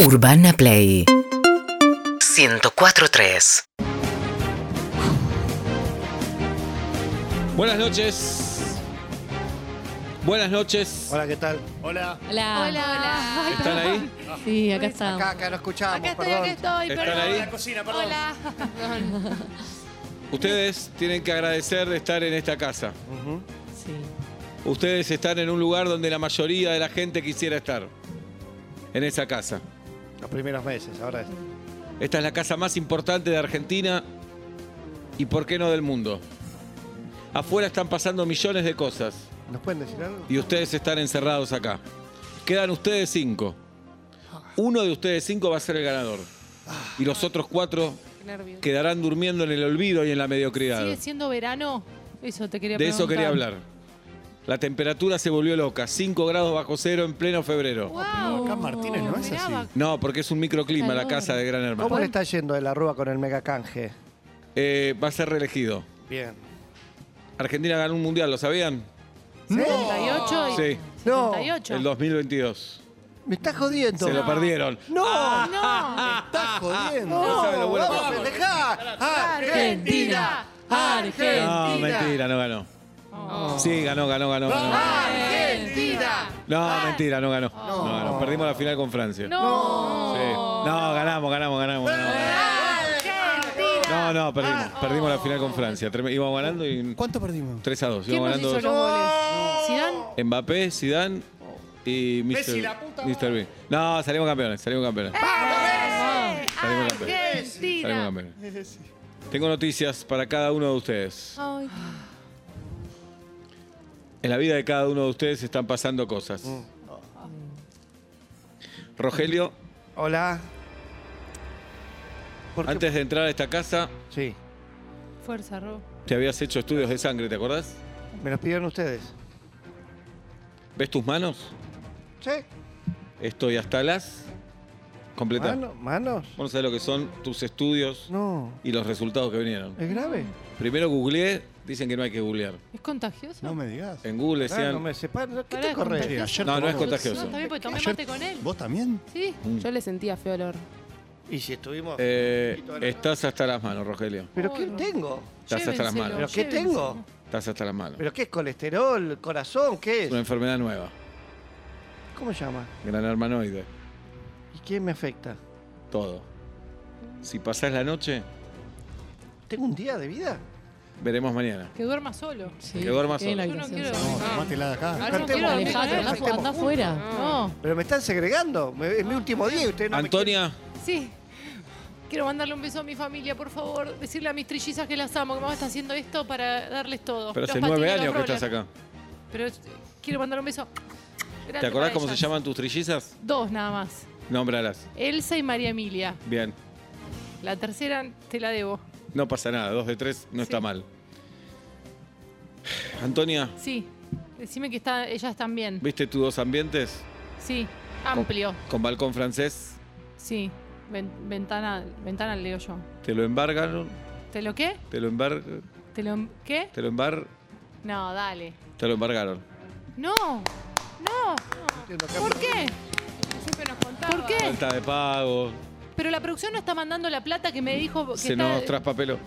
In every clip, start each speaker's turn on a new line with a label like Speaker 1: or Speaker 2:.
Speaker 1: Urbana Play 104.3
Speaker 2: Buenas noches. Buenas noches.
Speaker 3: Hola, ¿qué tal? Hola.
Speaker 4: Hola.
Speaker 5: Hola.
Speaker 4: Ay,
Speaker 2: ¿Están ahí?
Speaker 4: Sí, acá estamos.
Speaker 3: Acá, acá lo escuchamos,
Speaker 5: Acá estoy,
Speaker 3: perdón.
Speaker 5: acá estoy,
Speaker 2: ¿Están
Speaker 5: perdón.
Speaker 2: ahí?
Speaker 3: cocina,
Speaker 5: Hola.
Speaker 2: Ustedes tienen que agradecer de estar en esta casa.
Speaker 4: Sí.
Speaker 2: Ustedes están en un lugar donde la mayoría de la gente quisiera estar. En esa casa.
Speaker 3: Los primeros meses, ahora es.
Speaker 2: Esta es la casa más importante de Argentina y, ¿por qué no, del mundo? Afuera están pasando millones de cosas
Speaker 3: ¿Nos pueden decir algo?
Speaker 2: y ustedes están encerrados acá. Quedan ustedes cinco. Uno de ustedes cinco va a ser el ganador. Y los otros cuatro
Speaker 5: Qué nervios.
Speaker 2: quedarán durmiendo en el olvido y en la mediocridad.
Speaker 5: ¿Sigue siendo verano? Eso te quería
Speaker 2: De
Speaker 5: preguntar.
Speaker 2: eso quería hablar. La temperatura se volvió loca, 5 grados bajo cero en pleno febrero.
Speaker 5: Wow.
Speaker 3: acá Martínez no es así.
Speaker 2: No, porque es un microclima la
Speaker 5: Calor.
Speaker 2: casa de Gran
Speaker 3: ¿Cómo le
Speaker 2: Hermano.
Speaker 3: está yendo de la Rúa con el mega canje?
Speaker 2: Eh, va a ser reelegido.
Speaker 3: Bien.
Speaker 2: Argentina ganó un mundial, ¿lo sabían?
Speaker 5: 38 y
Speaker 2: Sí,
Speaker 5: 78.
Speaker 2: el 2022.
Speaker 3: Me está jodiendo.
Speaker 2: Se lo perdieron.
Speaker 3: Ah, ¡No!
Speaker 2: Ah,
Speaker 5: No.
Speaker 3: ¡Me está jodiendo!
Speaker 2: No sabe lo bueno que
Speaker 3: ¡Vamos,
Speaker 2: fue.
Speaker 3: festejá!
Speaker 5: Argentina.
Speaker 2: No,
Speaker 5: Argentina.
Speaker 2: mentira, no ganó. Sí, ganó, ganó, ganó. ganó.
Speaker 5: Ah. Argentina.
Speaker 2: No, mentira, no ganó. No ganó. Perdimos la final con Francia.
Speaker 5: No.
Speaker 2: Sí. No, ganamos, ganamos, ganamos. ganamos. No, no, perdimos. Perdimos la final con Francia. Trem- Íbamos ganando y
Speaker 6: ¿Cuánto perdimos?
Speaker 2: 3 a 2.
Speaker 5: ¿Quién
Speaker 2: Íbamos
Speaker 5: nos hizo
Speaker 2: ganando
Speaker 5: los goles? ¿Zidane?
Speaker 2: Mbappé, Zidane y Mr. Mr. Bean. No, salimos campeones, salimos campeones. Salimos campeones. Salimos
Speaker 5: ¡Eh, Argentina.
Speaker 2: campeones. Tengo noticias para cada uno de ustedes.
Speaker 5: Ay,
Speaker 2: En la vida de cada uno de ustedes están pasando cosas.
Speaker 3: Mm.
Speaker 2: Rogelio,
Speaker 3: Hola. ¿Por qué?
Speaker 2: antes de entrar a esta casa,
Speaker 3: Sí.
Speaker 5: fuerza, Ro.
Speaker 2: te habías hecho estudios de sangre, ¿te acordás?
Speaker 3: ¿Me los pidieron ustedes?
Speaker 2: ¿Ves tus manos?
Speaker 3: ¿Sí?
Speaker 2: Estoy hasta las. Completa.
Speaker 3: ¿Mano? ¿Manos?
Speaker 2: Vamos a ver lo que son tus estudios
Speaker 3: No.
Speaker 2: y los resultados que vinieron.
Speaker 3: ¿Es grave?
Speaker 2: Primero googleé, dicen que no hay que googlear.
Speaker 5: ¿Es contagioso?
Speaker 6: No me digas.
Speaker 2: En Google
Speaker 3: Ah, no
Speaker 2: decían.
Speaker 3: me separo. ¿Qué
Speaker 5: Pará,
Speaker 3: te
Speaker 5: es
Speaker 3: corre?
Speaker 5: contagioso.
Speaker 6: Ayer
Speaker 2: No, no es
Speaker 6: tomamos-
Speaker 5: No,
Speaker 2: contagioso.
Speaker 5: también porque tomé
Speaker 6: Ayer-
Speaker 5: mate con él.
Speaker 6: ¿Vos también?
Speaker 5: Sí.
Speaker 7: Yo le sentía feo el olor.
Speaker 3: ¿Y si estuvimos?
Speaker 2: Eh, estás hasta las manos, Rogelio.
Speaker 3: ¿Pero qué tengo?
Speaker 2: Estás hasta las
Speaker 5: Llévenselo.
Speaker 2: manos.
Speaker 3: ¿Pero qué
Speaker 5: llévenselo.
Speaker 3: tengo?
Speaker 2: Estás hasta las manos.
Speaker 3: ¿Pero qué es colesterol? ¿Corazón? ¿Qué
Speaker 2: Es una
Speaker 3: es?
Speaker 2: enfermedad nueva.
Speaker 3: ¿Cómo se llama?
Speaker 2: Gran hermanoide.
Speaker 3: ¿Y qué me afecta?
Speaker 2: Todo. Si pasás la noche,
Speaker 3: ¿Tengo un día de vida?
Speaker 2: veremos mañana.
Speaker 5: Que duerma solo.
Speaker 4: Sí.
Speaker 2: Que duerma
Speaker 4: quedé en la
Speaker 2: solo.
Speaker 5: Yo no
Speaker 4: habitación
Speaker 5: quiero.
Speaker 4: sola.
Speaker 6: No, tomátela de acá.
Speaker 5: Ahora no
Speaker 3: Cantemos,
Speaker 5: quiero dormir con
Speaker 4: Alejandro,
Speaker 5: él.
Speaker 4: anda, anda afuera.
Speaker 5: No.
Speaker 3: Pero me están segregando. Me- Es mi último día y ustedes no me
Speaker 2: Antonia,
Speaker 5: Sí. Quiero mandarle un beso a mi familia, por favor. Decirle a mis trillizas que las amo, que mamá está haciendo esto para darles todo.
Speaker 2: pero
Speaker 5: Los
Speaker 2: hace nueve
Speaker 5: patines,
Speaker 2: años
Speaker 5: los
Speaker 2: que estás
Speaker 5: rollers.
Speaker 2: acá.
Speaker 5: Pero eh, quiero mandar un beso. grande
Speaker 2: ¿Te acordás
Speaker 5: para
Speaker 2: cómo se
Speaker 5: ellas.
Speaker 2: llaman tus trillizas?
Speaker 5: Dos nada más.
Speaker 2: Nómbralas.
Speaker 5: Elsa y María Emilia.
Speaker 2: Bien.
Speaker 5: La tercera te la debo.
Speaker 2: No pasa nada. Dos de tres no está
Speaker 5: Sí.
Speaker 2: mal. Antonia,
Speaker 5: Sí. Decime que está, ellas también.
Speaker 2: ¿viste tus dos ambientes?
Speaker 5: Sí. Amplio.
Speaker 2: Con balcón francés.
Speaker 5: Sí. Ven- ventana, ventana leo yo.
Speaker 2: Te lo embargaron.
Speaker 5: ¿Te lo qué?
Speaker 2: Te lo embargaron.
Speaker 5: ¿Te lo qué?
Speaker 2: Te lo embar...
Speaker 5: No, dale.
Speaker 2: Te lo embargaron.
Speaker 5: No. No. ¿Por qué?
Speaker 7: Siempre nos contaba.
Speaker 5: ¿Por qué?
Speaker 2: Falta de pago.
Speaker 5: Pero la producción no está mandando la plata que me dijo que
Speaker 2: Se
Speaker 5: está-
Speaker 2: nos traspapeló.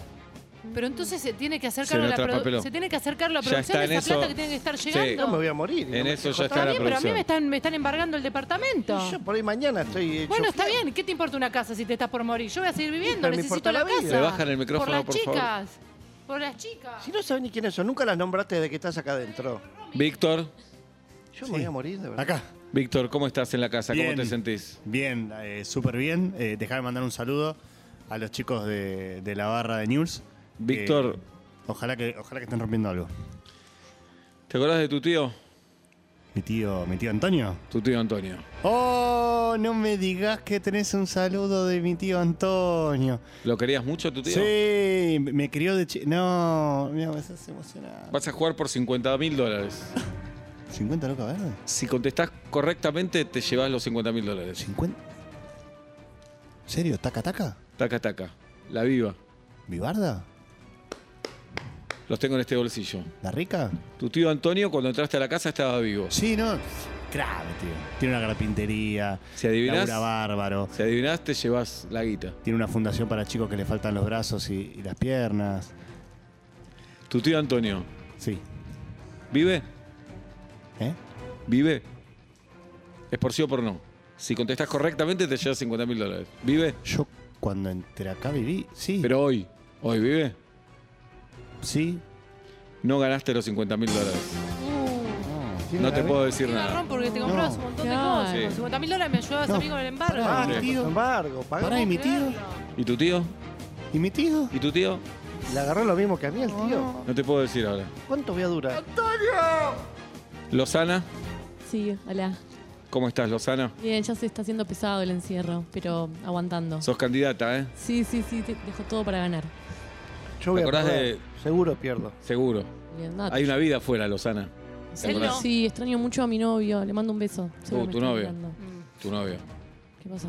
Speaker 5: Pero entonces se tiene que
Speaker 2: Se
Speaker 5: acercar
Speaker 2: nos
Speaker 5: la produ-
Speaker 2: traspapeló.
Speaker 5: se tiene que acercar la
Speaker 2: Ya
Speaker 5: producción
Speaker 2: está
Speaker 5: de
Speaker 2: en
Speaker 5: esa
Speaker 2: eso.
Speaker 5: plata que tiene que estar
Speaker 2: Sí.
Speaker 5: llegando.
Speaker 3: No me voy a morir.
Speaker 2: En
Speaker 3: No me
Speaker 2: eso
Speaker 3: estoy
Speaker 2: ya
Speaker 5: Está
Speaker 2: está la
Speaker 5: bien, pero a mí
Speaker 2: producción.
Speaker 5: me están, me están embargando el departamento.
Speaker 3: jodiendo. Yo por ahí mañana estoy. hecho
Speaker 5: bueno, está
Speaker 3: fiel.
Speaker 5: bien. ¿Qué te importa una casa si te estás por morir? Yo voy a seguir viviendo,
Speaker 3: pero me
Speaker 5: necesito
Speaker 3: importa
Speaker 5: la,
Speaker 3: la vida.
Speaker 5: casa.
Speaker 2: Me bajan el micrófono,
Speaker 5: por las
Speaker 2: por favor.
Speaker 5: chicas. Por las chicas.
Speaker 3: Si no sabes ni quiénes son, nunca las nombraste desde que estás acá adentro.
Speaker 2: Víctor,
Speaker 3: Yo me voy a morir, de verdad.
Speaker 6: Acá.
Speaker 2: Víctor, ¿cómo estás en la casa?
Speaker 6: Bien.
Speaker 2: ¿Cómo te sentís?
Speaker 6: Bien, eh, súper bien. Eh, dejame mandar un saludo a los chicos de, de la barra de News. Eh,
Speaker 2: Víctor.
Speaker 6: ojalá, que, ojalá que estén rompiendo algo.
Speaker 2: ¿Te acordás de tu tío?
Speaker 6: Mi tío, mi tío Antonio.
Speaker 2: Tu tío Antonio.
Speaker 6: Oh, no me digas que tenés un saludo de mi tío Antonio.
Speaker 2: ¿Lo querías mucho tu tío?
Speaker 6: Sí, me crió de chico. No, mira, me estás emocionado.
Speaker 2: Vas a jugar por 50 mil dólares.
Speaker 6: ¿50 loca verde?
Speaker 2: Si contestás correctamente, te llevas los 50 mil dólares.
Speaker 6: ¿50? ¿Serio? ¿Taca, taca?
Speaker 2: Taca, taca. La viva.
Speaker 6: ¿Vivarda?
Speaker 2: Los tengo en este bolsillo.
Speaker 6: ¿La rica?
Speaker 2: Tu tío Antonio, cuando entraste a la casa, estaba vivo.
Speaker 6: Sí, no. Crave, tío. Tiene una carpintería.
Speaker 2: Si adivinás-
Speaker 6: labura bárbaro.
Speaker 2: Si adivinaste, llevas la guita.
Speaker 6: Tiene una fundación para chicos que le faltan los brazos y, y las piernas.
Speaker 2: Tu tío Antonio,
Speaker 6: Sí.
Speaker 2: ¿vive?
Speaker 6: ¿Eh?
Speaker 2: ¿Vive? Es por sí o por no. Si contestas correctamente, te llevas 50 mil dólares. ¿Vive?
Speaker 6: Yo cuando entré acá viví. Sí.
Speaker 2: Pero hoy, hoy vive,
Speaker 6: Sí.
Speaker 2: no ganaste los 50 mil dólares.
Speaker 6: Tiene
Speaker 2: No
Speaker 6: una
Speaker 2: te
Speaker 6: vi-
Speaker 2: puedo decir
Speaker 5: Uh, Qué
Speaker 2: nada.
Speaker 5: garrón, porque te comprabas un montón de
Speaker 4: Claro.
Speaker 5: cosas. Con
Speaker 2: Sí.
Speaker 5: 50 mil dólares me ayudabas a mí
Speaker 6: No,
Speaker 5: con el embargo.
Speaker 6: pará,
Speaker 3: Ah,
Speaker 6: tío.
Speaker 3: Sin embargo, pagó.
Speaker 6: Pará, y mi tío.
Speaker 2: ¿Y tu tío?
Speaker 6: ¿Y mi tío?
Speaker 2: ¿Y tu tío?
Speaker 3: Le agarró lo mismo que a mí el tío.
Speaker 2: No te puedo decir ahora.
Speaker 3: ¿Cuánto voy a durar?
Speaker 2: Lozana,
Speaker 4: Sí, hola.
Speaker 2: ¿cómo estás, Lozana?
Speaker 4: Bien, ya se está haciendo pesado el encierro, pero aguantando.
Speaker 2: Sos candidata, ¿eh?
Speaker 4: Sí, sí, sí, te- dejo todo para ganar.
Speaker 3: Yo voy
Speaker 2: ¿Te
Speaker 3: a
Speaker 2: acordás
Speaker 3: perder. Seguro pierdo.
Speaker 2: Seguro.
Speaker 4: Bien, nada,
Speaker 2: Hay una vida afuera, Lozana.
Speaker 4: sí,
Speaker 5: Él no.
Speaker 4: sí, extraño mucho a mi novio, le mando un beso. Seguro
Speaker 2: Uh,
Speaker 4: me
Speaker 2: tu
Speaker 4: está
Speaker 2: novio.
Speaker 4: mirando.
Speaker 5: Mm,
Speaker 2: Tu novio.
Speaker 4: ¿Qué pasó?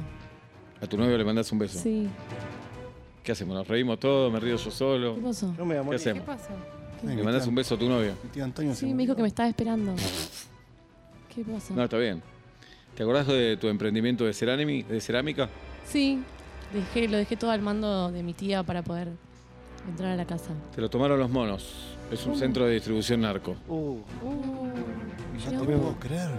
Speaker 2: A tu novio le mandás un beso.
Speaker 4: Sí,
Speaker 2: ¿Qué hacemos? ¿Nos reímos todos? ¿Me río yo solo?
Speaker 4: ¿qué pasó?
Speaker 3: Yo me voy a
Speaker 2: ¿Qué
Speaker 3: morir.
Speaker 5: ¿Qué
Speaker 2: hacemos?
Speaker 5: pasa?
Speaker 6: Ay,
Speaker 2: ¿Le
Speaker 6: mi
Speaker 2: mandás
Speaker 6: tío-
Speaker 2: un beso a tu novio?
Speaker 6: Mi tío Antonio se
Speaker 4: Sí, me dijo que me
Speaker 6: murió.
Speaker 4: estaba esperando. ¿Qué pasa?
Speaker 2: No, está bien. ¿Te acordás de tu emprendimiento de, ceránimi- de cerámica?
Speaker 4: Sí, dejé, lo dejé todo al mando de mi tía para poder entrar a la casa.
Speaker 2: Te lo tomaron los monos. Es
Speaker 4: Oh.
Speaker 2: un centro de distribución narco.
Speaker 3: Uh,
Speaker 6: No te puedo creer.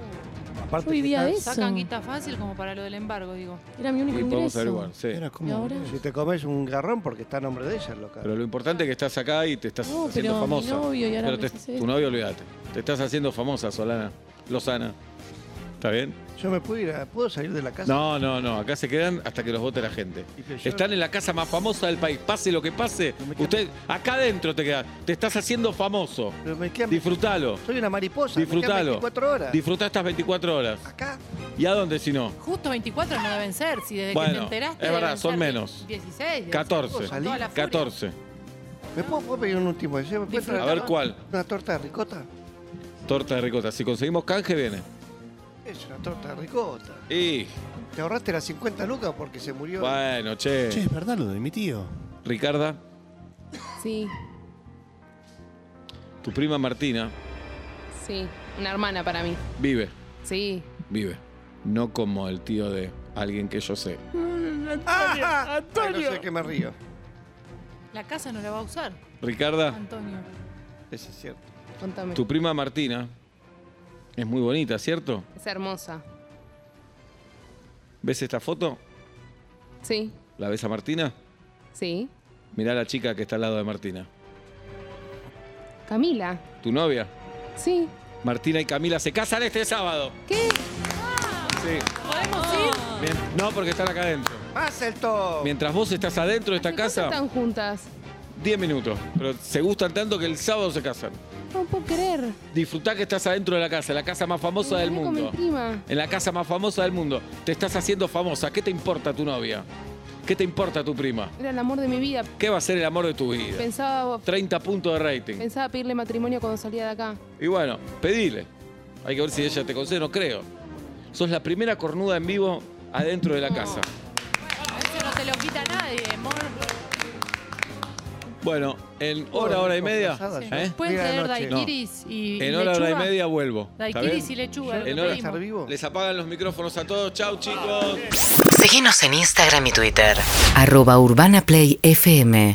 Speaker 3: aparte
Speaker 4: Yo vivía
Speaker 3: que
Speaker 4: de eso.
Speaker 5: Sacan guita fácil como para lo del embargo, digo.
Speaker 4: Era mi
Speaker 2: Y
Speaker 4: único
Speaker 2: podemos
Speaker 4: ingreso.
Speaker 2: averiguar, sí.
Speaker 6: Era como-
Speaker 4: ¿Y ahora?
Speaker 3: está- Si te comes un garrón porque está a nombre de ella, loca.
Speaker 2: Pero lo importante es que estás acá y te estás
Speaker 4: No,
Speaker 2: haciendo
Speaker 4: Oh, pero mi
Speaker 2: famosa.
Speaker 4: novio y ahora
Speaker 2: pero
Speaker 4: me
Speaker 2: te-
Speaker 4: hace-
Speaker 2: tu novio, olvídate. Te estás haciendo famosa, Solana. Lozana. ¿Está bien?
Speaker 3: Yo me puedo ir, a- ¿puedo salir de la casa?
Speaker 2: No, no, no. Acá se quedan hasta que los vote la gente.
Speaker 3: Y que yo-
Speaker 2: Están en la casa más famosa del país. Pase lo que pase.
Speaker 3: No me queda-
Speaker 2: Usted, acá adentro te quedas. Te estás haciendo famoso.
Speaker 3: Pero me quedan-
Speaker 2: Disfrutalo.
Speaker 3: soy una mariposa. me quedan
Speaker 2: Disfrutalo.
Speaker 3: 24 horas.
Speaker 2: Disfruta estas 24 horas.
Speaker 3: Acá.
Speaker 2: ¿Y a dónde si no?
Speaker 5: Justo 24 no deben ser, si desde que
Speaker 2: Bueno,
Speaker 5: te enteraste.
Speaker 2: es verdad,
Speaker 5: deben
Speaker 2: son
Speaker 5: ser
Speaker 2: menos.
Speaker 5: 16.
Speaker 2: 14.
Speaker 5: con toda la furia.
Speaker 2: 14.
Speaker 3: ¿Me puedo, puedo pedir un último deseo? ¿Me puedes
Speaker 5: Disfruta.
Speaker 2: A
Speaker 3: traer
Speaker 2: ver cuál.
Speaker 3: ¿Una torta de ricota?
Speaker 2: Torta de ricota. Si conseguimos canje, viene.
Speaker 3: Es una torta de ricota.
Speaker 2: Y
Speaker 3: Te ahorraste las 50 lucas porque se murió.
Speaker 2: bueno, che.
Speaker 6: Che, es verdad lo de mi tío.
Speaker 2: Ricarda,
Speaker 7: Sí,
Speaker 2: tu prima Martina
Speaker 7: sí. Una hermana para mí.
Speaker 2: vive.
Speaker 7: Sí.
Speaker 2: Vive. No como el tío de alguien que yo sé.
Speaker 3: ¡Ah! Ay, no sé qué me río.
Speaker 5: La casa no la va a usar,
Speaker 2: Ricarda,
Speaker 5: Antonio.
Speaker 3: Eso es cierto.
Speaker 7: Contame.
Speaker 2: tu prima Martina es muy bonita, ¿cierto?
Speaker 7: Es hermosa.
Speaker 2: ¿Ves esta foto?
Speaker 7: Sí,
Speaker 2: ¿La ves a Martina?
Speaker 7: sí.
Speaker 2: Mirá a la chica que está al lado de Martina.
Speaker 7: Camila.
Speaker 2: ¿Tu novia?
Speaker 7: Sí.
Speaker 2: Martina y Camila se casan este sábado.
Speaker 7: ¿Qué?
Speaker 2: Sí.
Speaker 5: ¿Podemos ir?
Speaker 2: Mien- No, porque están acá adentro.
Speaker 3: ¡Pasa el top!
Speaker 2: Mientras vos estás adentro de esta
Speaker 7: ¿Hace cuánto
Speaker 2: casa,
Speaker 7: están juntas?
Speaker 2: 10 minutos. Pero se gustan tanto que el sábado se casan.
Speaker 7: No puedo creer.
Speaker 2: Disfrutá que estás adentro de la casa, la casa más famosa
Speaker 7: Me
Speaker 2: del
Speaker 7: enamoré
Speaker 2: mundo.
Speaker 7: Con mi prima.
Speaker 2: En la casa más famosa del mundo. Te estás haciendo famosa. ¿Qué te importa tu novia? ¿Qué te importa tu prima?
Speaker 7: Era el amor de mi vida.
Speaker 2: ¿Qué va a ser el amor de tu vida?
Speaker 7: Pensaba,
Speaker 2: 30 puntos de rating.
Speaker 7: pensaba pedirle matrimonio cuando salía de acá.
Speaker 2: Y bueno, pedile. Hay que ver si ella te concede, no creo. Sos la primera cornuda en vivo adentro de la casa.
Speaker 5: Eso no te lo quita nadie, amor.
Speaker 2: Bueno, en hora, hora y media.
Speaker 3: Desplazada yo.
Speaker 2: ¿eh?
Speaker 5: Pueden
Speaker 3: Mira la
Speaker 5: tener
Speaker 3: noche.
Speaker 5: daiquiris y.
Speaker 2: En
Speaker 5: y
Speaker 2: hora, hora y
Speaker 5: lechuga.
Speaker 2: media vuelvo. ¿Está bien?
Speaker 5: Daiquiris y lechuga.
Speaker 2: En
Speaker 5: lo
Speaker 2: hora-
Speaker 5: pedimos.
Speaker 3: ¿Estar vivo?
Speaker 2: Les apagan los micrófonos a todos. Chau, chicos.
Speaker 1: Síguenos en Instagram y Twitter. Arroba Urbana Play FM